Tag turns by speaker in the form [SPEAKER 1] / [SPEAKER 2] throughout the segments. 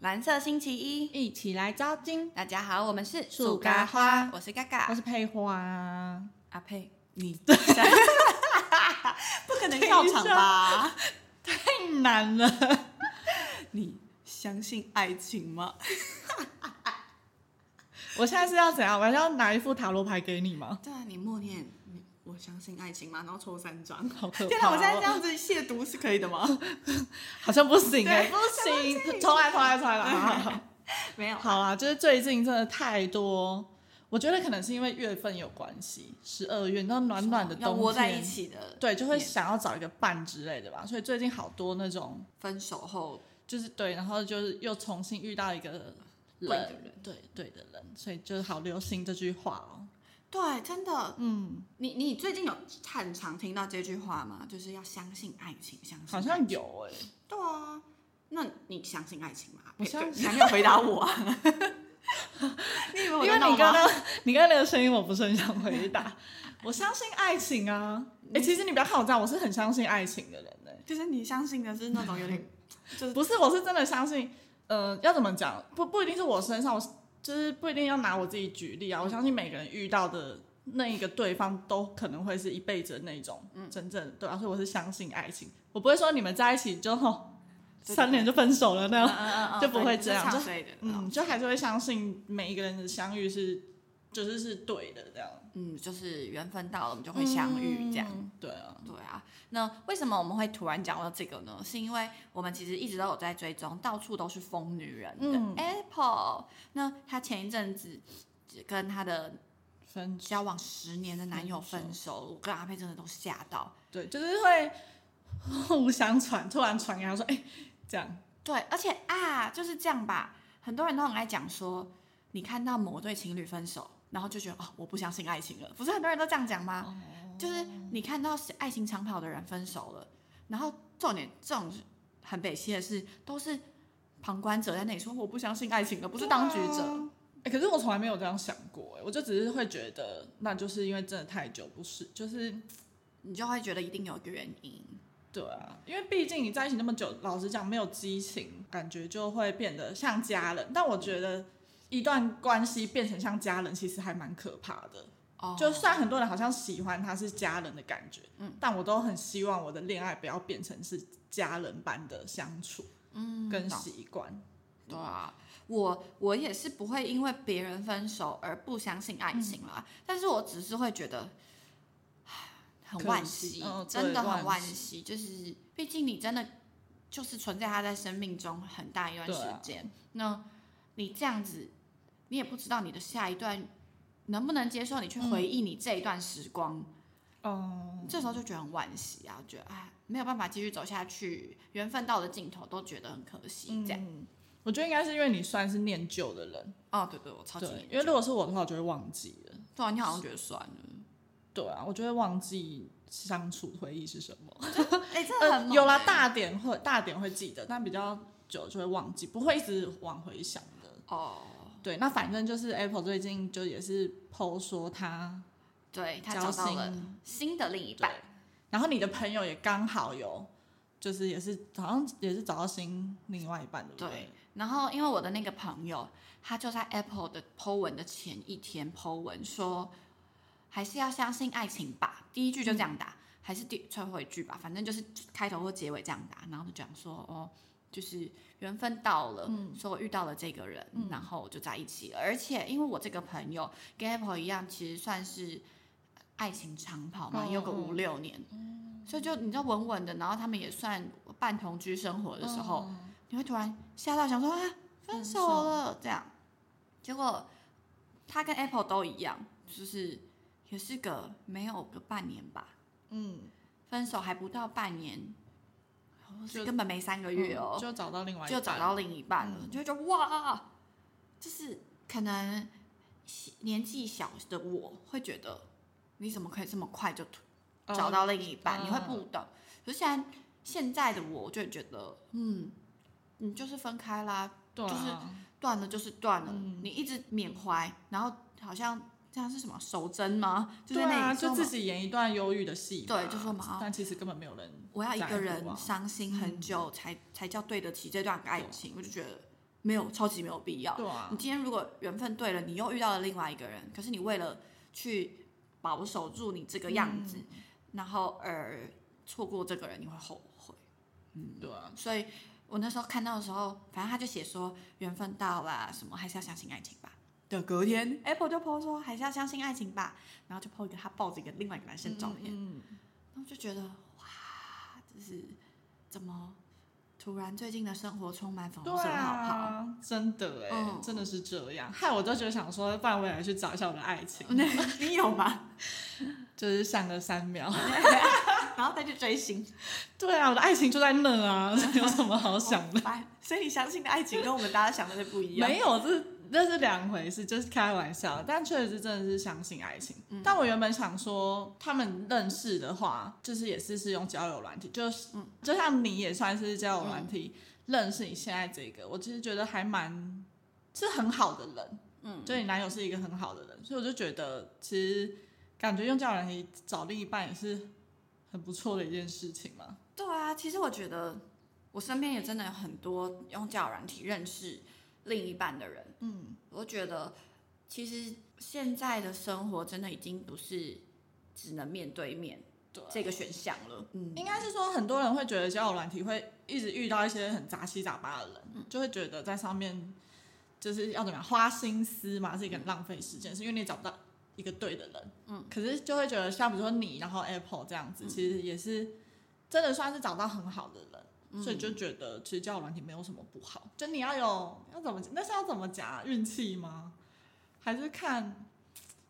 [SPEAKER 1] 蓝色星期一，
[SPEAKER 2] 一起来招金。
[SPEAKER 1] 大家好，我们是
[SPEAKER 2] 树咖花
[SPEAKER 1] 我是嘎
[SPEAKER 2] 我
[SPEAKER 1] 嘎，
[SPEAKER 2] 是佩花，
[SPEAKER 1] 阿佩， 你
[SPEAKER 2] 对
[SPEAKER 1] 不可能笑场吧？
[SPEAKER 2] 太难了。
[SPEAKER 1] 你相信爱情吗？
[SPEAKER 2] 我现在是要怎样？我要拿一副塔罗牌给你吗？
[SPEAKER 1] 对啊，你默念，你我相信爱情吗？然后抽三张。
[SPEAKER 2] 好可怕哦！
[SPEAKER 1] 天哪，我现在这样子亵渎是可以的 吗？
[SPEAKER 2] 好像不行哎、
[SPEAKER 1] 对
[SPEAKER 2] 不
[SPEAKER 1] 不行
[SPEAKER 2] 重来，重来，重来好好好
[SPEAKER 1] 没有，
[SPEAKER 2] 好啦，就是最近真的太多，我觉得可能是因为月份有关系，十二月你知道暖暖的
[SPEAKER 1] 要
[SPEAKER 2] 冬
[SPEAKER 1] 窝
[SPEAKER 2] 天，
[SPEAKER 1] 在一起的，
[SPEAKER 2] 对，就会想要找一个伴之类的吧。所以最近好多那种，
[SPEAKER 1] 分手后
[SPEAKER 2] 就是对，然后就是又重新遇到一个
[SPEAKER 1] 对
[SPEAKER 2] 人，
[SPEAKER 1] 的人。
[SPEAKER 2] 对对的人，所以就是好流行这句话哦。
[SPEAKER 1] 对，真的，
[SPEAKER 2] 嗯，
[SPEAKER 1] 你你最近有很常听到这句话吗？就是要相信爱情，相信
[SPEAKER 2] 好像有哎、
[SPEAKER 1] 对啊，那你相信爱情吗？
[SPEAKER 2] 我相
[SPEAKER 1] 信，你有回答 我啊？你以为
[SPEAKER 2] 因
[SPEAKER 1] 我
[SPEAKER 2] 为
[SPEAKER 1] 在闹
[SPEAKER 2] 你刚
[SPEAKER 1] 吗？
[SPEAKER 2] 刚你刚刚那个声音，我不是很想回 答。我相信爱情啊，哎、其实你不要看我这样，我是很相信爱情的人哎、
[SPEAKER 1] 就是你相信的是那种有点，就是
[SPEAKER 2] 不是，我是真的相信，呃，要怎么讲？不不一定是我身上，我是就是不一定要拿我自己举例啊。我相信每个人遇到的那一个对方，都可能会是一辈子的那种，
[SPEAKER 1] 嗯
[SPEAKER 2] 真正的对啊。所以我是相信爱情，我不会说你们在一起之后
[SPEAKER 1] 对
[SPEAKER 2] 三年就分手了
[SPEAKER 1] 嗯
[SPEAKER 2] 那 样，
[SPEAKER 1] 嗯嗯
[SPEAKER 2] 就不会这样
[SPEAKER 1] 就
[SPEAKER 2] 就
[SPEAKER 1] 唱
[SPEAKER 2] 是
[SPEAKER 1] 衰的那种
[SPEAKER 2] 嗯，就还是会相信每一个人的相遇是就是是对的这样，
[SPEAKER 1] 嗯，就是缘分到了，我们就会相遇这样。
[SPEAKER 2] 嗯对啊，
[SPEAKER 1] 对啊，那为什么我们会突然讲到这个呢？是因为我们其实一直都有在追踪，到处都是疯女人的、
[SPEAKER 2] 嗯
[SPEAKER 1] Apple。那她前一阵子跟她的
[SPEAKER 2] 分
[SPEAKER 1] 交往十年的男友分手，我跟阿佩真的都吓到。
[SPEAKER 2] 对，就是会互相传，突然传给他说，哎、这样，
[SPEAKER 1] 对，而且啊，就是这样吧，很多人都很爱讲说，你看到某对情侣分手，然后就觉得哦，我不相信爱情了，不是很多人都这样讲吗？就是你看到是爱情长跑的人分手了，然后重点这种很北西的是，都是旁观者在那里说我不相信爱情了，不是当局者。
[SPEAKER 2] 哎、可是我从来没有这样想过、哎，我就只是会觉得，那就是因为真的太久，不是，就是
[SPEAKER 1] 你就会觉得一定有一个原因，
[SPEAKER 2] 对啊，因为毕竟你在一起那么久，老实讲没有激情，感觉就会变得像家人。但我觉得一段关系变成像家人，其实还蛮可怕的。
[SPEAKER 1] 哦
[SPEAKER 2] 就虽然很多人好像喜欢他是家人的感觉，
[SPEAKER 1] 嗯
[SPEAKER 2] 但我都很希望我的恋爱不要变成是家人般的相处
[SPEAKER 1] 嗯
[SPEAKER 2] 跟
[SPEAKER 1] 懂
[SPEAKER 2] 习惯。
[SPEAKER 1] 对啊，我我也是不会因为别人分手而不相信爱情啦，
[SPEAKER 2] 嗯
[SPEAKER 1] 但是我只是会觉得唉很
[SPEAKER 2] 可
[SPEAKER 1] 惋
[SPEAKER 2] 惜
[SPEAKER 1] 惜，
[SPEAKER 2] 嗯
[SPEAKER 1] 真的
[SPEAKER 2] 对
[SPEAKER 1] 很惋
[SPEAKER 2] 惋
[SPEAKER 1] 惜。就是毕竟你真的就是存在他在生命中很大一段
[SPEAKER 2] 对
[SPEAKER 1] 时
[SPEAKER 2] 啊
[SPEAKER 1] 间，那你这样子，你也不知道你的下一段能不能接受你去回忆你这一段时光，
[SPEAKER 2] 嗯哦、
[SPEAKER 1] 这时候就觉得很惋惜啊，觉得哎没有办法继续走下去，缘分到了尽头都觉得很可惜，这样。
[SPEAKER 2] 嗯，我觉得应该是因为你算是念旧的人，
[SPEAKER 1] 哦，对对，我超级
[SPEAKER 2] 对
[SPEAKER 1] 理，
[SPEAKER 2] 因为
[SPEAKER 1] 解
[SPEAKER 2] 如果是我的话，我就会忘记了。
[SPEAKER 1] 对啊，你好像觉得算 了，
[SPEAKER 2] 对啊，我就会忘记相处回忆是什么。
[SPEAKER 1] 哎、这
[SPEAKER 2] 呃，有啦，
[SPEAKER 1] 啦，
[SPEAKER 2] 大点会大点会记得，但比较久就会忘记，不会一直往回想的。
[SPEAKER 1] 哦，
[SPEAKER 2] 对，那反正就是 Apple 最近就也是 PO 说他
[SPEAKER 1] 对他
[SPEAKER 2] 交
[SPEAKER 1] 找到
[SPEAKER 2] 心
[SPEAKER 1] 了新的另一
[SPEAKER 2] 对
[SPEAKER 1] 半，，
[SPEAKER 2] 然后你的朋友也刚好有，就是也是好像也是找到新另外一半，对不
[SPEAKER 1] 对？然后因为我的那个朋友，他就在 Apple 的 Po 文的前一天 Po 文说，还是要相信爱情吧，第一句就这样打，
[SPEAKER 2] 嗯
[SPEAKER 1] 还是第最后一句吧，反正就是开头或结尾这样打，然后就讲说哦。就是缘分到了，
[SPEAKER 2] 嗯
[SPEAKER 1] 所以我遇到了这个人，然后我就在一起了。而且因为我这个朋友跟 Apple 一样，其实算是爱情长跑嘛，
[SPEAKER 2] 嗯
[SPEAKER 1] 有个
[SPEAKER 2] 嗯
[SPEAKER 1] 五六年，所以就你知道稳稳的，然后他们也算半同居生活的时
[SPEAKER 2] 嗯
[SPEAKER 1] 候，你会突然吓到，想说啊，分
[SPEAKER 2] 嗯分
[SPEAKER 1] 手
[SPEAKER 2] 手
[SPEAKER 1] 了这样。结果他跟 Apple 都一样，就是也是个没有个半年吧，
[SPEAKER 2] 嗯，
[SPEAKER 1] 分手还不到半年，哦
[SPEAKER 2] 就是
[SPEAKER 1] 根本没三个月哦，
[SPEAKER 2] 嗯就找到另外一
[SPEAKER 1] 就
[SPEAKER 2] 半，嗯
[SPEAKER 1] 找到另一半了，就会觉得哇，就是可能年纪小的我会觉得，你怎么可以这么快就
[SPEAKER 2] 哦
[SPEAKER 1] 找到另一半，
[SPEAKER 2] 嗯
[SPEAKER 1] 你会不懂。可是现在现在的我，就会觉得，嗯，你就是分开啦，
[SPEAKER 2] 对、啊，
[SPEAKER 1] 断了就是断了，
[SPEAKER 2] 嗯
[SPEAKER 1] 你一直缅怀，然后好像这样是什么守贞吗？就在
[SPEAKER 2] 对
[SPEAKER 1] 那
[SPEAKER 2] 啊，
[SPEAKER 1] 里说
[SPEAKER 2] 就
[SPEAKER 1] 嘛
[SPEAKER 2] 自己演一段忧郁的戏吧，
[SPEAKER 1] 对就说嘛啊
[SPEAKER 2] 但其实根本没有人在乎啊，嗯
[SPEAKER 1] 我要一个人伤心很久才才叫对得起这段爱情，我就觉得没有超级没有必要。
[SPEAKER 2] 对啊，
[SPEAKER 1] 你今天如果缘分对了，你又遇到了另外一个人，可是你为了去保守住你这个样子，
[SPEAKER 2] 嗯
[SPEAKER 1] 然后而错过这个人，你会后悔。
[SPEAKER 2] 对啊，
[SPEAKER 1] 所以我那时候看到的时候，反正他就写说缘分到了，什么还是要相信爱情吧。的隔天，Apple 就 po 说还是要相信爱情吧，然后就 po 一个他抱着一个另外一个男生的照片，
[SPEAKER 2] 嗯，
[SPEAKER 1] 然后就觉得哇，就是怎么突然最近的生活充满粉
[SPEAKER 2] 对
[SPEAKER 1] 红色的泡泡。
[SPEAKER 2] 啊，真的哎、
[SPEAKER 1] 嗯
[SPEAKER 2] 真的是这样，害我都觉得想说，不然我也来去找一下我的爱情，
[SPEAKER 1] 你有吗？
[SPEAKER 2] 就是想个三 秒。
[SPEAKER 1] 然后再去追星，
[SPEAKER 2] 对啊，我的爱情就在那啊， 有什么好想的？
[SPEAKER 1] 烦。哦所以你相信的爱情跟我们大家想的是不一样。
[SPEAKER 2] 没有，这是这是两回事，就是开玩笑。但确实是真的是相信爱情。但我原本想说，他们认识的话，就是也是是用交友软体，就是、就像你也算是交友软体、认识你现在这个，我其实觉得还蛮是很好的人。嗯，就你男友是一个很好的人，所以我就觉得其实感觉用交友软体找另一半也是很不错的一件事情嘛。
[SPEAKER 1] 对啊，其实我觉得我身边也真的有很多用交友软体认识另一半的人。嗯，我觉得其实现在的生活真的已经不是只能面对面
[SPEAKER 2] 对
[SPEAKER 1] 这个选项了。嗯，
[SPEAKER 2] 应该是说，很多人会觉得交友软体会一直遇到一些很杂七杂八的人，就会觉得在上面就是要怎么样花心思嘛，是一个很浪费时间，是因为你找不到一个对的人。嗯，可是就会觉得像比如说你，然后 Apple 这样子，其实也是真的算是找到很好的人。所以就觉得其实交友软体没有什么不好，就你要有要怎么那是要怎么讲啊运气吗？还是看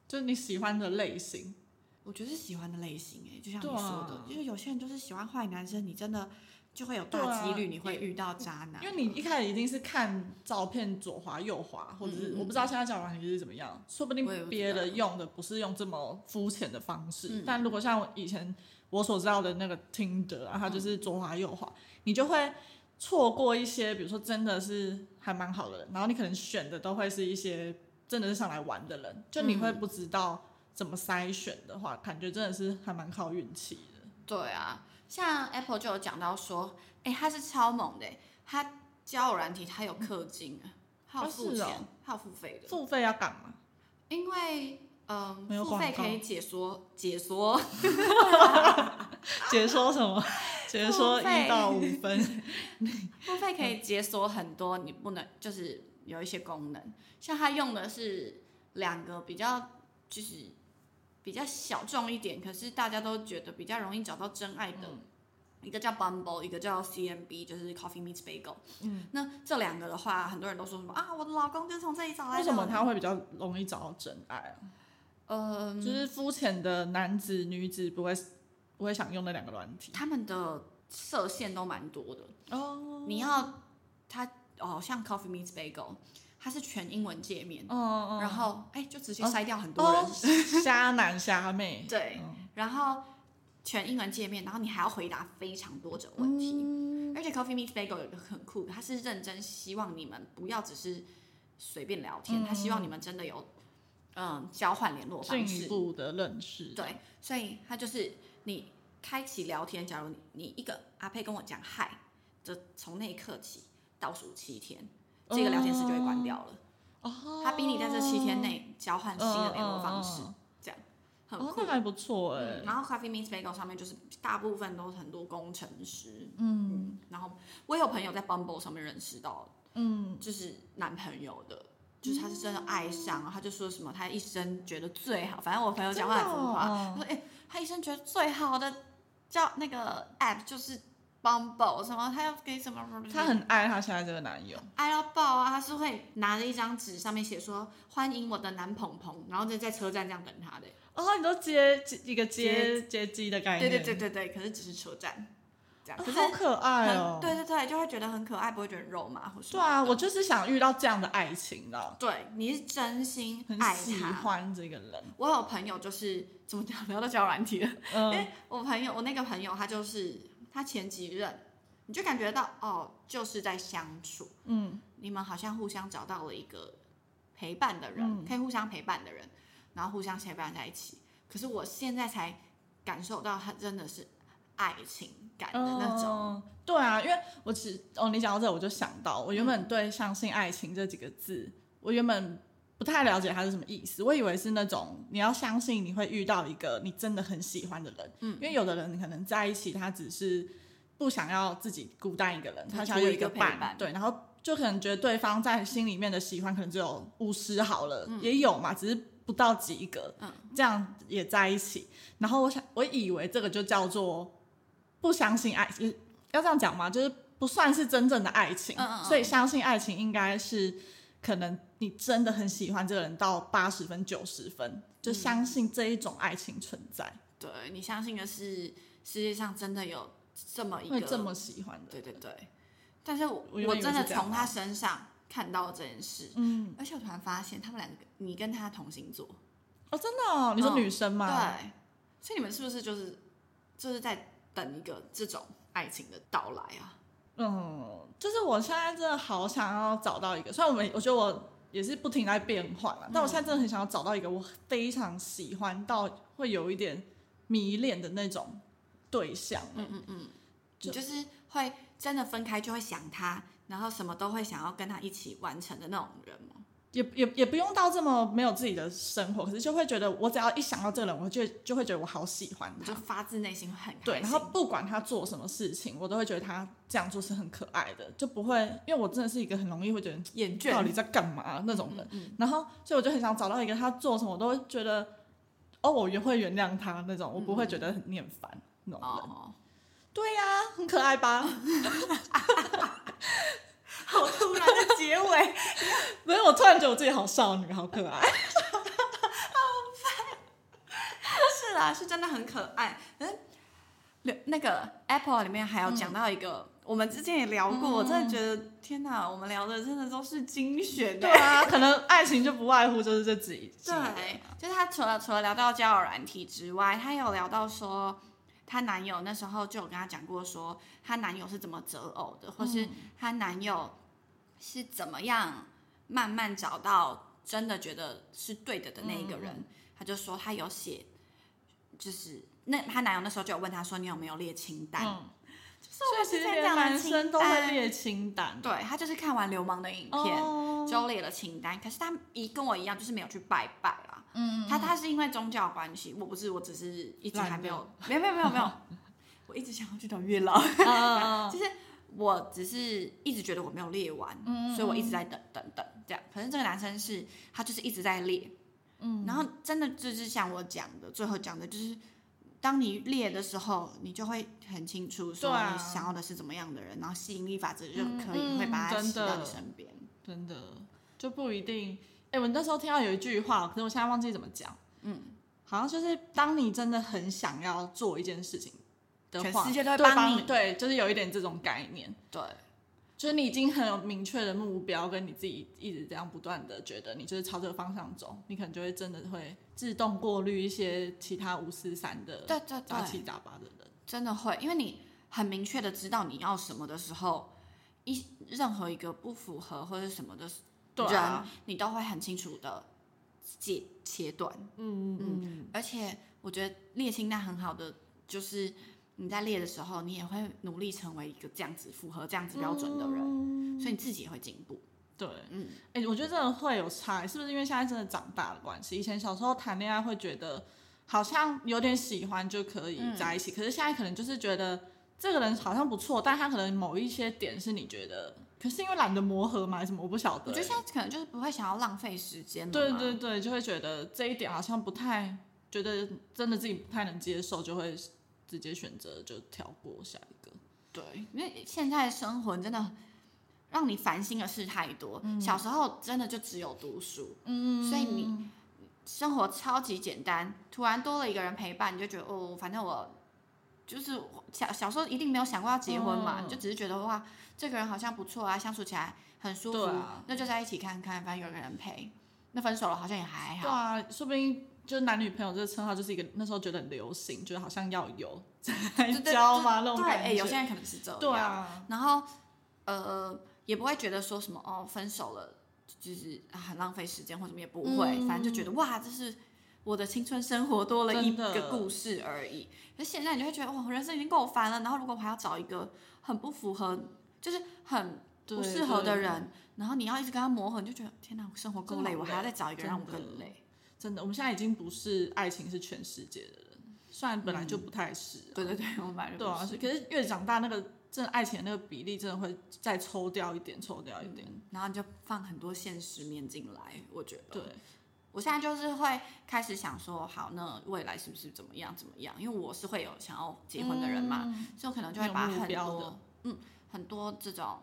[SPEAKER 2] 就是你喜欢的类型？
[SPEAKER 1] 我觉得是喜欢的类型欸诶、就像你
[SPEAKER 2] 对
[SPEAKER 1] 说
[SPEAKER 2] 啊
[SPEAKER 1] 的，就是有些人就是喜欢坏男生，你真的就会有
[SPEAKER 2] 对
[SPEAKER 1] 大
[SPEAKER 2] 啊
[SPEAKER 1] 几率你会遇到渣男。
[SPEAKER 2] 因为你一开始一定是看照片左滑右滑，或者是
[SPEAKER 1] 嗯嗯嗯
[SPEAKER 2] 我不知道现在交友软体是怎么样，说不定
[SPEAKER 1] 我也不知道
[SPEAKER 2] 别的用的不是用这么肤浅的方式。
[SPEAKER 1] 嗯
[SPEAKER 2] 但如果像我以前我所知道的那个 Tinder 啊，它就是左滑右滑，你就会错过一些，比如说真的是还蛮好的人，然后你可能选的都会是一些真的是上来玩的人，就你会不知道怎么筛选的话，感觉真的是还蛮靠运气的。
[SPEAKER 1] 对啊，像 Apple 就有讲到说，哎、他是超猛的欸，他交友软体他有氪金啊，他有
[SPEAKER 2] 啊
[SPEAKER 1] 付
[SPEAKER 2] 是
[SPEAKER 1] 钱，
[SPEAKER 2] 哦
[SPEAKER 1] 他有付费的，
[SPEAKER 2] 付费要干嘛？
[SPEAKER 1] 因为嗯、
[SPEAKER 2] 没有
[SPEAKER 1] 付费
[SPEAKER 2] 广告
[SPEAKER 1] 可以解说解说，
[SPEAKER 2] 解说什么？解说
[SPEAKER 1] 付费
[SPEAKER 2] 一到五分。
[SPEAKER 1] 付费
[SPEAKER 2] 嗯
[SPEAKER 1] 可以解锁很多你不能就是有一些功能，像他用的是两个比较就是比较小众一点，可是大家都觉得比较容易找到真爱
[SPEAKER 2] 嗯
[SPEAKER 1] 的。一个叫 Bumble，一个叫 CMB，就是 Coffee Meets Bagel。嗯，那这两个的话，很多人都说什么啊，我的老公就是从这里找来的。
[SPEAKER 2] 为什么他会比较容易找到真爱啊？
[SPEAKER 1] 呃，
[SPEAKER 2] 就是肤浅的男子女子不会不会想用那两个软体
[SPEAKER 1] 他们的射线都蛮多的。
[SPEAKER 2] 哦
[SPEAKER 1] 你要他哦，像 Coffee Meets Bagel，它是全英文界面，
[SPEAKER 2] 哦
[SPEAKER 1] 然后哎、就直接筛掉很多人。
[SPEAKER 2] 哦， 虾男虾妹 嗯
[SPEAKER 1] 对，然后全英文界面，然后你还要回答非常多种问题。
[SPEAKER 2] 嗯
[SPEAKER 1] 而且 Coffee Meets Bagel 有一个很酷的，它是认真希望你们不要只是随便聊
[SPEAKER 2] 嗯
[SPEAKER 1] 天，他、希望你们真的有嗯交换联络方
[SPEAKER 2] 进一
[SPEAKER 1] 式。
[SPEAKER 2] 步的认识，
[SPEAKER 1] 对，所以他就是你开启聊天，假如你你一个阿佩跟我讲嗨，就从那一刻起倒数七天，这个聊天室就会关掉了。
[SPEAKER 2] 哦，
[SPEAKER 1] 他逼你在这七天内交换新的联络方式，
[SPEAKER 2] 嗯
[SPEAKER 1] 这样很
[SPEAKER 2] 哦，
[SPEAKER 1] 酷
[SPEAKER 2] 那。还不错哎
[SPEAKER 1] 嗯，，然后 Coffee Meets Bagel 上面就是大部分都是很多工程师，嗯，然后我有朋友在 Bumble 上面认识到，嗯，就是男朋友的，就是他是真的爱上，然后他就说什么他一生觉得最好，反正我朋友讲话很浮夸，
[SPEAKER 2] 真的哦
[SPEAKER 1] 他说哎、他一生觉得最好的叫那个 app 就是 Bumble 什么，他要给什么，
[SPEAKER 2] 她
[SPEAKER 1] 嗯
[SPEAKER 2] 很爱她现在这个男友，
[SPEAKER 1] 爱到爆啊，他是会拿着一张纸上面写说欢迎我的男朋朋，然后就在车站这样等他的，
[SPEAKER 2] 哦，你都接接一个接接机的概
[SPEAKER 1] 对
[SPEAKER 2] 念，
[SPEAKER 1] 对对对对，可是只是车站。这样，
[SPEAKER 2] 哦，
[SPEAKER 1] 可是
[SPEAKER 2] 好可爱
[SPEAKER 1] 很
[SPEAKER 2] 哦，
[SPEAKER 1] 对对对，就会觉得很可爱，不会觉得肉麻或什
[SPEAKER 2] 对
[SPEAKER 1] 么。
[SPEAKER 2] 啊，我就是想遇到这样的爱情的，
[SPEAKER 1] 对，你是真心
[SPEAKER 2] 很
[SPEAKER 1] 爱
[SPEAKER 2] 喜
[SPEAKER 1] 他。
[SPEAKER 2] 欢这个人，
[SPEAKER 1] 我有朋友就是怎么讲，聊 到交友软体了。因
[SPEAKER 2] 嗯，
[SPEAKER 1] 为我朋友，我那个朋友，他就是他前几任，你就感觉到哦，就是在相处，嗯，你们好像互相找到了一个陪伴的人，
[SPEAKER 2] 嗯
[SPEAKER 1] 可以互相陪伴的人，然后互相陪伴在一起。可是我现在才感受到，他真的是爱情感的那种。
[SPEAKER 2] 嗯对啊，因为我其实哦，你讲到这，我就想到我原本对“相信爱情”这几个字，我原本不太了解它是什么意思，我以为是那种你要相信你会遇到一个你真的很喜欢的人，嗯，因为有的人可能在一起，他只是不想要自己孤单一个人，
[SPEAKER 1] 他
[SPEAKER 2] 他想要有
[SPEAKER 1] 图一个陪
[SPEAKER 2] 伴，
[SPEAKER 1] 伴
[SPEAKER 2] 对，然后就可能觉得对方在心里面的喜欢可能只有五十好了，也有嘛，只是不到几个，
[SPEAKER 1] 嗯，
[SPEAKER 2] 这样也在一起，然后我想我以为这个就叫做不相信爱，也要这样讲吗？就是不算是真正的爱情，
[SPEAKER 1] 嗯嗯嗯
[SPEAKER 2] 所以相信爱情应该是可能你真的很喜欢这个人到八十分、九十
[SPEAKER 1] 嗯
[SPEAKER 2] 分，就相信这一种爱情存在，
[SPEAKER 1] 对你相信的是世界上真的有这么一
[SPEAKER 2] 会
[SPEAKER 1] 个
[SPEAKER 2] 这么喜欢的。
[SPEAKER 1] 对对对，但是我
[SPEAKER 2] 我原
[SPEAKER 1] 我
[SPEAKER 2] 本以为
[SPEAKER 1] 真的
[SPEAKER 2] 是这样啊
[SPEAKER 1] 从他身上看到这件事，
[SPEAKER 2] 嗯，
[SPEAKER 1] 而且我突然发现他们两个，你跟他同星座，
[SPEAKER 2] 哦，真的、哦，你说
[SPEAKER 1] 嗯
[SPEAKER 2] 女生吗？
[SPEAKER 1] 对，所以你们是不是就是就是在等一个这种爱情的到来啊？
[SPEAKER 2] 嗯，就是我现在真的好想要找到一个，虽然我们我觉得我也是不停在变换了，但我现在
[SPEAKER 1] 嗯
[SPEAKER 2] 真的很想要找到一个我非常喜欢到会有一点迷恋的那种对象。
[SPEAKER 1] 嗯嗯嗯，你
[SPEAKER 2] 就
[SPEAKER 1] 就是会真的分开就会想他，然后什么都会想要跟他一起完成的那种人吗？
[SPEAKER 2] 也也也不用到这么没有自己的生活，可是就会觉得我只要一想到这个人，我就就会觉得我好喜欢
[SPEAKER 1] 你就
[SPEAKER 2] 他。
[SPEAKER 1] 发自内心会很开
[SPEAKER 2] 对，
[SPEAKER 1] 心。
[SPEAKER 2] 然后不管他做什么事情，我都会觉得他这样做是很可爱的，就不会因为我真的是一个很容易会觉得
[SPEAKER 1] 厌
[SPEAKER 2] 到
[SPEAKER 1] 倦
[SPEAKER 2] 底在干嘛那种人。
[SPEAKER 1] 嗯嗯
[SPEAKER 2] 然后，所以我就很想找到一个他做什么我都会觉得，哦，我原会原谅他那种，我不会觉得很厌烦那种人。
[SPEAKER 1] 哦，
[SPEAKER 2] 对呀、很可爱吧？
[SPEAKER 1] 好突然的结尾，
[SPEAKER 2] 不是，我突然觉得我自己好少女，好可爱。
[SPEAKER 1] 是啦，是真的很可爱。嗯，那那个 Apple 里面还有讲
[SPEAKER 2] 嗯
[SPEAKER 1] 到一个，我们之前也聊过，我真的觉得天哪，我们聊的真的都是精选欸的
[SPEAKER 2] 对。啊，可能爱情就不外乎就是这几几个
[SPEAKER 1] 对，就是她除了除了聊到交友软体之外，她有聊到说，她男友那时候就有跟她讲过说，她男友是怎么择偶的，或
[SPEAKER 2] 嗯
[SPEAKER 1] 是她男友是怎么样慢慢找到真的觉得是对的的那一个
[SPEAKER 2] 嗯
[SPEAKER 1] 人。她就说她有写，就是那她男友那时候就有问她说，你有没有列清单？
[SPEAKER 2] 嗯，
[SPEAKER 1] 就是
[SPEAKER 2] 所
[SPEAKER 1] 我
[SPEAKER 2] 以其实
[SPEAKER 1] 之前
[SPEAKER 2] 连
[SPEAKER 1] 讲的
[SPEAKER 2] 男
[SPEAKER 1] 清
[SPEAKER 2] 生都会
[SPEAKER 1] 单
[SPEAKER 2] 列清单。
[SPEAKER 1] 对她就是看完《流氓》的影片。
[SPEAKER 2] 哦，
[SPEAKER 1] 就列了清单，可是他一跟我一样，就是没有去拜拜啦。嗯，他他是因为宗教关系，我不是，我只是一直还没有， 没有没有没有没有，我一直想要去找月老，
[SPEAKER 2] 啊
[SPEAKER 1] 就是我只是一直觉得我没有列完，所以我一直在等等等这样。可是这个男生是他就是一直在列，嗯，然后真的就是像我讲的，最后讲的就是。当你列的时候，你就会很清楚说
[SPEAKER 2] 对啊
[SPEAKER 1] 你想要的是怎么样的人，然后吸引力法则就可以、
[SPEAKER 2] 嗯嗯
[SPEAKER 1] 会把它吸
[SPEAKER 2] 真的
[SPEAKER 1] 到你身边。
[SPEAKER 2] 真的就不一定。哎、我那时候听到有一句话，可是我现在忘记怎么讲。嗯，好像就是当你真的很想要做一件事情的
[SPEAKER 1] 全
[SPEAKER 2] 话，
[SPEAKER 1] 世界都会
[SPEAKER 2] 对
[SPEAKER 1] 帮
[SPEAKER 2] 方
[SPEAKER 1] 你
[SPEAKER 2] 对，就是有一点这种概念，
[SPEAKER 1] 对，
[SPEAKER 2] 就是你已经很有明确的目标，跟你自己一直这样不断的觉得你就是朝这个方向走，你可能就会真的会自动过滤一些其他五四三的
[SPEAKER 1] 对对对
[SPEAKER 2] 杂七杂八的人。
[SPEAKER 1] 真的会，因为你很明确的知道你要什么的时候，一任何一个不符合或者什么的
[SPEAKER 2] 对
[SPEAKER 1] 人，
[SPEAKER 2] 啊，
[SPEAKER 1] 你都会很清楚的切切断。
[SPEAKER 2] 嗯嗯，
[SPEAKER 1] 而且我觉得列清单很好的就是你在列的时候，你也会努力成为一个这样子符合这样子标准的人，
[SPEAKER 2] 嗯
[SPEAKER 1] 所以你自己也会进步。
[SPEAKER 2] 对，
[SPEAKER 1] 嗯，
[SPEAKER 2] 哎、我觉得真的会有差，欸是不是因为现在真的长大的关系？以前小时候谈恋爱会觉得好像有点喜欢就可以
[SPEAKER 1] 嗯
[SPEAKER 2] 在一起，可是现在可能就是觉得这个人好像不错，但他可能某一些点是你觉得，可是因为懒得磨合嘛，还是什么我不晓
[SPEAKER 1] 我
[SPEAKER 2] 得、
[SPEAKER 1] 觉得
[SPEAKER 2] 欸。
[SPEAKER 1] 现在可能就是不会想要浪费时间了
[SPEAKER 2] 对
[SPEAKER 1] 嘛
[SPEAKER 2] 对对，就会觉得这一点好像不太，觉得真的自己不太能接受，就会直接选择就跳过下一个。
[SPEAKER 1] 对，因为现在的生活真的让你烦心的事太多。
[SPEAKER 2] 嗯
[SPEAKER 1] 小时候真的就只有读书，嗯，所以你生活超级简单，突然多了一个人陪伴，你就觉得哦，反正我就是小小时候一定没有想过要结婚嘛，
[SPEAKER 2] 嗯
[SPEAKER 1] 你就只是觉得哇，这个人好像不错啊，相处起来很舒服，
[SPEAKER 2] 对啊
[SPEAKER 1] 那就在一起看看，反正有个人陪。那分手了好像也还
[SPEAKER 2] 对
[SPEAKER 1] 好，
[SPEAKER 2] 啊，说不定就是男女朋友这个称号就是一个那时候觉得很流行，觉得好像要有才
[SPEAKER 1] 就
[SPEAKER 2] 交嘛那种
[SPEAKER 1] 对，
[SPEAKER 2] 感
[SPEAKER 1] 哎、
[SPEAKER 2] 觉。
[SPEAKER 1] 有些人可能是这样，
[SPEAKER 2] 对啊，
[SPEAKER 1] 然后呃也不会觉得说什么哦分手了就是啊很浪费时间或什么也不会，反正就觉得哇这是我的青春生活多了一
[SPEAKER 2] 嗯真的
[SPEAKER 1] 个故事而已。可是现在你就会觉得，哇，我人生已经够烦了。然后如果我还要找一个很不符合，就是很
[SPEAKER 2] 对
[SPEAKER 1] 不适合的
[SPEAKER 2] 对
[SPEAKER 1] 人，然后你要一直跟他磨合，你就觉得天哪，我生活够
[SPEAKER 2] 真的
[SPEAKER 1] 累，
[SPEAKER 2] 好
[SPEAKER 1] 我还要再找一个
[SPEAKER 2] 真
[SPEAKER 1] 让我
[SPEAKER 2] 的
[SPEAKER 1] 更累。
[SPEAKER 2] 真的，我们现在已经不是爱情是全世界的人，虽然本来就不太是、
[SPEAKER 1] 嗯对对对，我买了。
[SPEAKER 2] 对啊，是可是越长大，那个真的爱情的那个比例真的会再抽掉一点，抽掉一点。
[SPEAKER 1] 嗯然后你就放很多现实面进来，我觉得。
[SPEAKER 2] 对，
[SPEAKER 1] 我现在就是会开始想说，好，那未来是不是怎么样怎么样？因为我是会有想要结婚的人嘛，所以我可能就会把
[SPEAKER 2] 嗯你有目
[SPEAKER 1] 很
[SPEAKER 2] 标
[SPEAKER 1] 多
[SPEAKER 2] 的
[SPEAKER 1] 嗯很多这种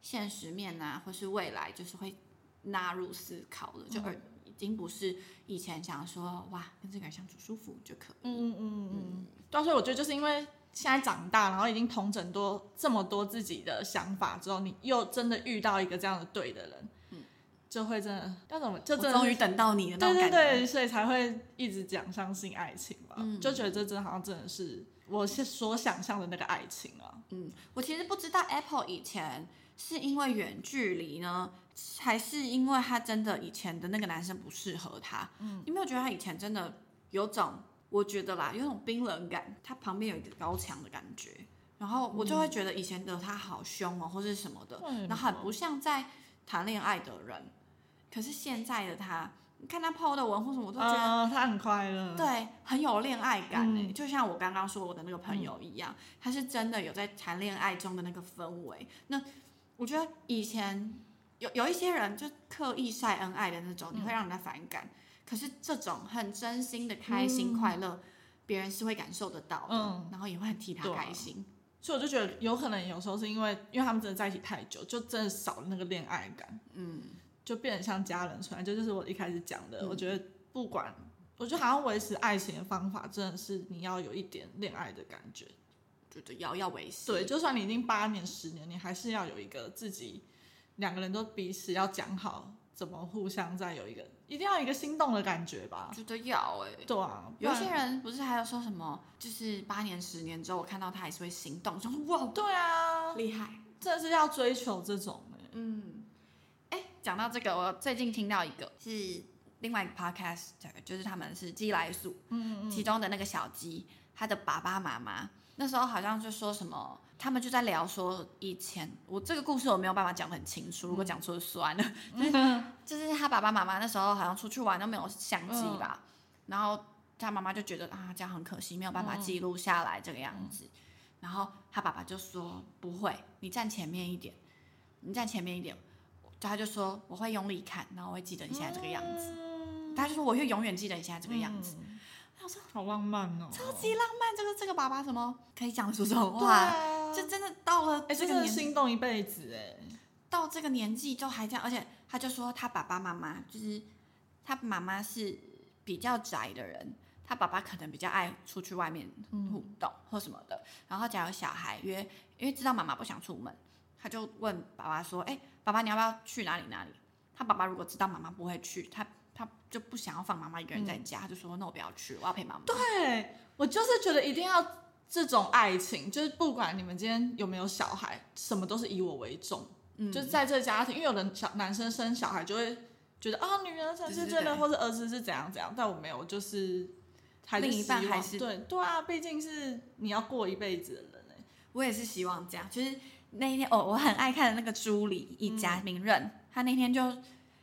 [SPEAKER 1] 现实面啊，或是未来，就是会纳入思考的，
[SPEAKER 2] 嗯
[SPEAKER 1] 就而已经不是以前想说哇跟这个人相处舒服就可以。
[SPEAKER 2] 嗯嗯嗯嗯，对啊，所以我觉得就是因为现在长大，然后已经统整多这么多自己的想法之后，你又真的遇到一个这样的对的人，就会真的要怎么就
[SPEAKER 1] 嗯我
[SPEAKER 2] 真的
[SPEAKER 1] 终于等到你的那
[SPEAKER 2] 对
[SPEAKER 1] 种感
[SPEAKER 2] 对
[SPEAKER 1] 觉。
[SPEAKER 2] 对，所以才会一直讲相信爱情吧，
[SPEAKER 1] 嗯
[SPEAKER 2] 就觉得这真的好像真的是我是所想象的那个爱情啊，
[SPEAKER 1] 嗯，我其实不知道 Apple 以前是因为远距离呢，还是因为他真的以前的那个男生不适合他。嗯，你没有觉得他以前真的有种，我觉得啦，有种冰冷感，他旁边有一个高墙的感觉。然后我就会觉得以前的他好凶哦，或是什么的，
[SPEAKER 2] 嗯
[SPEAKER 1] 然后很不像在谈恋爱的人。可是现在的他，你看他 PO 的文或什么，我都觉得
[SPEAKER 2] 啊，他很快乐，
[SPEAKER 1] 对，很有恋爱感
[SPEAKER 2] 嗯
[SPEAKER 1] 诶、就像我刚刚说我的那个朋友一样，他是真的有在谈恋爱中的那个氛围。那我觉得以前有有一些人就刻意晒恩爱的那种，你
[SPEAKER 2] 嗯
[SPEAKER 1] 会让人家反感。可是这种很真心的开心快乐，别人是会感受得到的，
[SPEAKER 2] 嗯
[SPEAKER 1] 然后也会很替他
[SPEAKER 2] 对啊
[SPEAKER 1] 开心。
[SPEAKER 2] 所以我就觉得有可能有时候是因为因为他们真的在一起太久，就真的少了那个恋爱感，
[SPEAKER 1] 嗯，
[SPEAKER 2] 就变得像家人出来，这就是我一开始讲的，
[SPEAKER 1] 嗯
[SPEAKER 2] 我觉得不管。我觉得好像维持爱情的方法真的是你要有一点恋爱的感觉，
[SPEAKER 1] 就就要要维系。
[SPEAKER 2] 对，就算你已经八年、十年，你还是要有一个自己两个人都彼此要讲好怎么互相再有一个，一定要有一个心动的感觉吧
[SPEAKER 1] 我。觉得要诶、
[SPEAKER 2] 对啊，不
[SPEAKER 1] 有
[SPEAKER 2] 然
[SPEAKER 1] 些人不是还有说什么，就是八年、十年之后，我看到他还是会心动，想说哇，
[SPEAKER 2] 对啊，
[SPEAKER 1] 厉害。
[SPEAKER 2] 真的是要追求这种欸、
[SPEAKER 1] 嗯，哎，讲到这个，我最近听到一个是另外一个 podcast，就是他们是鸡来素，嗯其中的那个小鸡，他的爸爸妈妈那时候好像就说什么，他们就在聊说以前我这个故事我没有办法讲得很清楚，如果讲错就算了，就是他爸爸妈妈那时候好像出去玩都没有相机吧，然后他妈妈就觉得啊这样很可惜，没有办法记录下来这个样子。然后他爸爸就说不会，你站前面一点，你站前面一点。就他就说我会用力看，然后我会记得你现在这个样子。
[SPEAKER 2] 嗯
[SPEAKER 1] 他就说我会永远记得你现在这个样子。
[SPEAKER 2] 子。他说嗯好浪漫哦，
[SPEAKER 1] 超级浪漫，这个这个爸爸什么可以讲得出这种
[SPEAKER 2] 对
[SPEAKER 1] 话？
[SPEAKER 2] 啊，
[SPEAKER 1] 就真的到了
[SPEAKER 2] 哎、
[SPEAKER 1] 这
[SPEAKER 2] 真
[SPEAKER 1] 个
[SPEAKER 2] 的
[SPEAKER 1] 年
[SPEAKER 2] 心动一辈子哎、
[SPEAKER 1] 到这个年纪就还这样，而且他就说他爸爸妈妈就是他妈妈是比较宅的人，他爸爸可能比较爱出去外面互动或什么的。然后假如小孩约，因为知道妈妈不想出门，他就问爸爸说：“哎、爸爸你要不要去哪里哪里？”他爸爸如果知道妈妈不会去，他他就不想要放妈妈一个人在家，他就说：“那我不要去，我要陪妈妈。”
[SPEAKER 2] 对我就是觉得一定要这种爱情，就是不管你们今天有没有小孩，什么都是以我为重。
[SPEAKER 1] 嗯
[SPEAKER 2] 就是在这家庭，因为有的小男生生小孩就会觉得啊，女儿才是
[SPEAKER 1] 对对
[SPEAKER 2] 真的，
[SPEAKER 1] 对
[SPEAKER 2] 或者儿子是怎样怎样，但我没有，我就是还是
[SPEAKER 1] 另一半
[SPEAKER 2] 希望
[SPEAKER 1] 还是
[SPEAKER 2] 对对啊，毕竟是你要过一辈子的人哎、
[SPEAKER 1] 我也是希望这样，就是那一天哦，我很爱看的那个朱莉一
[SPEAKER 2] 嗯
[SPEAKER 1] 家明润，他那天就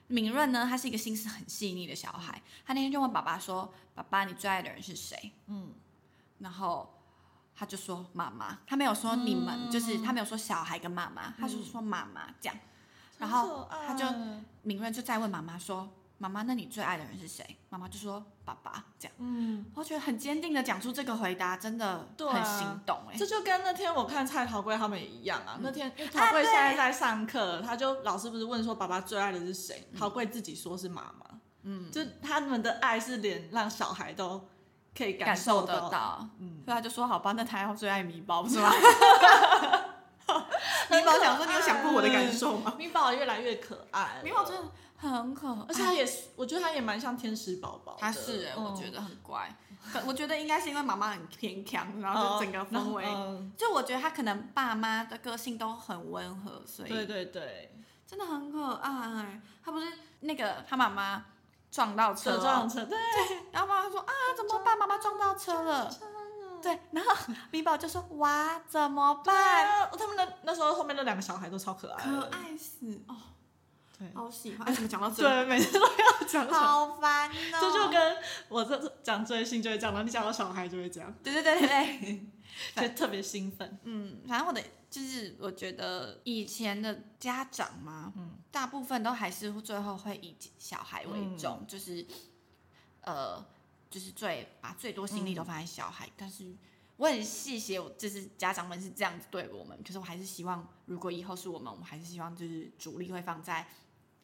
[SPEAKER 1] 明润呢，他是一个心思很细腻的小孩，他那天就问爸爸说：“爸爸，你最爱的人是谁？”嗯，然后他就说：“妈妈。”他没有说你们，
[SPEAKER 2] 嗯
[SPEAKER 1] 就是他没有说小孩跟妈妈，他就是说妈妈这样。然后
[SPEAKER 2] 好可爱
[SPEAKER 1] 他就明润就再问妈妈说：“妈妈，那你最爱的人是谁？”妈妈就说：“爸爸。”这样，
[SPEAKER 2] 嗯，
[SPEAKER 1] 我觉得很坚定的讲出这个回答，真的
[SPEAKER 2] 对啊
[SPEAKER 1] 很心动哎、
[SPEAKER 2] 这就跟那天我看蔡桃贵他们也一样啊。那天因为
[SPEAKER 1] 啊
[SPEAKER 2] 桃贵
[SPEAKER 1] 对
[SPEAKER 2] 现在在上课，他就老师不是问说爸爸最爱的是谁，
[SPEAKER 1] 嗯
[SPEAKER 2] 桃贵自己说是妈妈。嗯，就他们的爱是连让小孩都可以
[SPEAKER 1] 感
[SPEAKER 2] 受
[SPEAKER 1] 受得
[SPEAKER 2] 到。嗯
[SPEAKER 1] 到， 所以他就说好吧，那他要最爱米包 是吗？米
[SPEAKER 2] 很可
[SPEAKER 1] 宝
[SPEAKER 2] 爱
[SPEAKER 1] 想说你有想过我的感受吗？
[SPEAKER 2] 米宝越来越可爱了，
[SPEAKER 1] 米宝真的很可
[SPEAKER 2] 而且
[SPEAKER 1] 爱，
[SPEAKER 2] 他呃也是，我觉得他也蛮像天使宝宝的。嗯
[SPEAKER 1] 他是欸，我觉
[SPEAKER 2] 得
[SPEAKER 1] 得很乖，可我觉得应该是因为妈妈很偏强，然
[SPEAKER 2] 哦
[SPEAKER 1] 后就整个氛围，
[SPEAKER 2] 嗯
[SPEAKER 1] 就我觉得他可能爸妈的个性都很温和，所以
[SPEAKER 2] 对对对，
[SPEAKER 1] 真的很可爱。他不是那个他妈妈撞到车、
[SPEAKER 2] 车
[SPEAKER 1] 哦，
[SPEAKER 2] 撞车，对，
[SPEAKER 1] 然后妈妈说啊，怎么办？妈妈撞到车了。对，然后米宝就说哇，怎么办？
[SPEAKER 2] 啊他们那那时候后面那两个小孩都超可爱
[SPEAKER 1] 可
[SPEAKER 2] 的，
[SPEAKER 1] 爱死哦，
[SPEAKER 2] 对
[SPEAKER 1] 好喜欢。哎，怎么讲到这？
[SPEAKER 2] 对，每次都要讲小
[SPEAKER 1] 好烦哦。
[SPEAKER 2] 这就跟我这讲追星就会这样，然后你讲到小孩就会这样，
[SPEAKER 1] 对对对对对，
[SPEAKER 2] 就特别兴奋。
[SPEAKER 1] 嗯，反正我的就是我觉得以前的家长嘛，嗯，大部分都还是最后会以小孩为重，就是呃，就是最把最多心力都放在小孩，但是。我很谢谢我，就是家长们是这样子对我们，可是我还是希望，如果以后是我们，我们还是希望就是主力会放在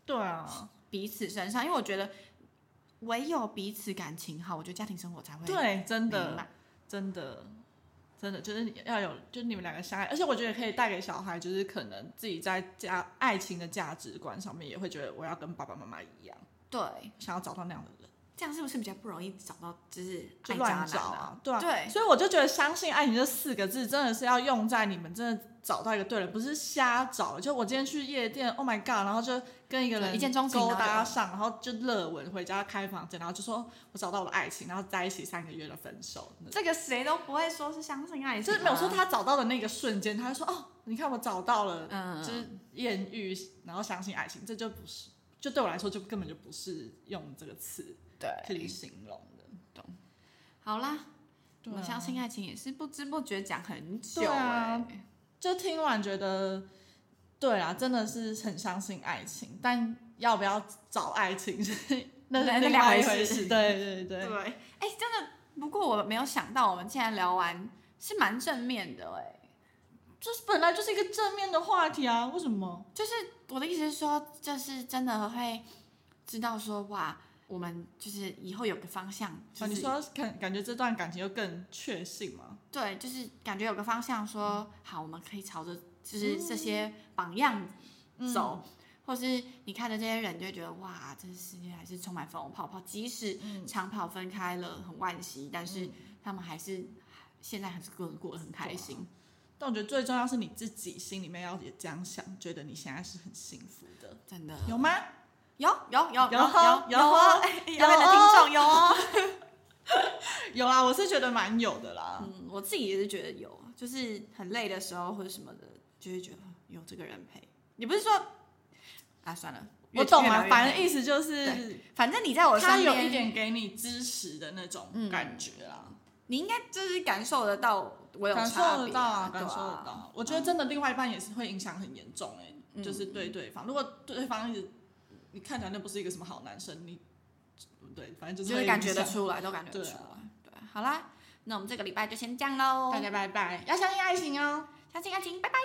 [SPEAKER 2] 对啊，
[SPEAKER 1] 彼此身上，因为我觉得唯有彼此感情好，我觉得家庭生活才会
[SPEAKER 2] 对，真
[SPEAKER 1] 美
[SPEAKER 2] 的，
[SPEAKER 1] 满，
[SPEAKER 2] 真的，真的，就是你要有，就是你们两个相爱，而且我觉得可以带给小孩，就是可能自己在家爱情的价值观上面也会觉得我要跟爸爸妈妈一样，
[SPEAKER 1] 对，
[SPEAKER 2] 想要找到那样的人，
[SPEAKER 1] 这样是不是比较不容易找到就是
[SPEAKER 2] 就
[SPEAKER 1] 爱渣
[SPEAKER 2] 乱
[SPEAKER 1] 男
[SPEAKER 2] 找
[SPEAKER 1] 啊？
[SPEAKER 2] 啊，对啊。
[SPEAKER 1] 对，
[SPEAKER 2] 所以我就觉得，相信爱情这四个字真的是要用在你们真的找到一个对人，不是瞎找。就我今天去夜店，Oh my god，然后就跟一个人
[SPEAKER 1] 一见钟情啊
[SPEAKER 2] 勾
[SPEAKER 1] 然后就
[SPEAKER 2] 搭上，然后就热吻，回家开房间，然后就说我找到我的爱情，然后在一起三个月的分手。
[SPEAKER 1] 这个谁都不会说是相信爱情、
[SPEAKER 2] 就
[SPEAKER 1] 啊，
[SPEAKER 2] 是没有说，他找到的那个瞬间，他就说哦，你看我找到了，
[SPEAKER 1] 嗯，
[SPEAKER 2] 就是艳遇，然后相信爱情，这就不是，就对我来说就根本就不是用这个词可以
[SPEAKER 1] 对，
[SPEAKER 2] 形容的。
[SPEAKER 1] 好啦，
[SPEAKER 2] 对
[SPEAKER 1] 我
[SPEAKER 2] 啊
[SPEAKER 1] 相信爱情也是不知不觉讲很久、欸，
[SPEAKER 2] 对啊就听完觉得，对啊，真的是很相信爱情，但要不要找爱 情是那
[SPEAKER 1] 那
[SPEAKER 2] 是另
[SPEAKER 1] 两
[SPEAKER 2] 外一
[SPEAKER 1] 回
[SPEAKER 2] 回
[SPEAKER 1] 事
[SPEAKER 2] 事。对对
[SPEAKER 1] 对，
[SPEAKER 2] 对，
[SPEAKER 1] 哎、真的，不过我没有想到，我们现在聊完是蛮正面的、哎，
[SPEAKER 2] 就是本来就是一个正面的话题啊，为什么？
[SPEAKER 1] 就是我的意思是说，就是真的会知道说，哇，我们就是以后有个方向，就
[SPEAKER 2] 啊、你
[SPEAKER 1] 是、
[SPEAKER 2] 说感感觉这段感情又更确信吗？
[SPEAKER 1] 对，就是感觉有个方向说，好，我们可以朝着就是这些榜样走，或是你看着这些人，就会觉得哇，这世界还是充满粉红泡泡。即使长跑分开了，很惋惜，但是他们还是现在还是过得过得很开心。
[SPEAKER 2] 但我觉得最重要是你自己心里面要也这样想，觉得你现在是很幸福的，
[SPEAKER 1] 真的
[SPEAKER 2] 有吗？
[SPEAKER 1] 有有有有
[SPEAKER 2] 有哦
[SPEAKER 1] 有
[SPEAKER 2] 有
[SPEAKER 1] 哦
[SPEAKER 2] 哦，
[SPEAKER 1] 哎遥远的听众有哦。
[SPEAKER 2] 有啊，我是觉得蛮有的啦。
[SPEAKER 1] 嗯，我自己也是觉得有，就是很累的时候或者什么的，就会觉得有这个人陪。也不是说啊，算了，
[SPEAKER 2] 我懂
[SPEAKER 1] 了
[SPEAKER 2] 啊，，反正意思就是
[SPEAKER 1] 反正你在我
[SPEAKER 2] 他
[SPEAKER 1] 身
[SPEAKER 2] 有
[SPEAKER 1] 边，
[SPEAKER 2] 一
[SPEAKER 1] 嗯
[SPEAKER 2] 点给你支持的那种感觉啦，
[SPEAKER 1] 你应该就是感受得到我有
[SPEAKER 2] 感受
[SPEAKER 1] 差
[SPEAKER 2] 得
[SPEAKER 1] 别
[SPEAKER 2] 到
[SPEAKER 1] 啊，对
[SPEAKER 2] 感受得
[SPEAKER 1] 啊嗯
[SPEAKER 2] 到。我觉得真的另外一半也是会影响很严重哎、就是对对方，如果对方一直你看起来那不是一个什么好男生，你对，反正就是
[SPEAKER 1] 就
[SPEAKER 2] 会
[SPEAKER 1] 是感觉
[SPEAKER 2] 影
[SPEAKER 1] 得
[SPEAKER 2] 响
[SPEAKER 1] 出来，都感觉得
[SPEAKER 2] 对
[SPEAKER 1] 出
[SPEAKER 2] 啊
[SPEAKER 1] 来。对，好啦，那我们这个礼拜就先这样喽
[SPEAKER 2] 大，家拜拜，要相信爱情哦。
[SPEAKER 1] 下期爱情，拜拜。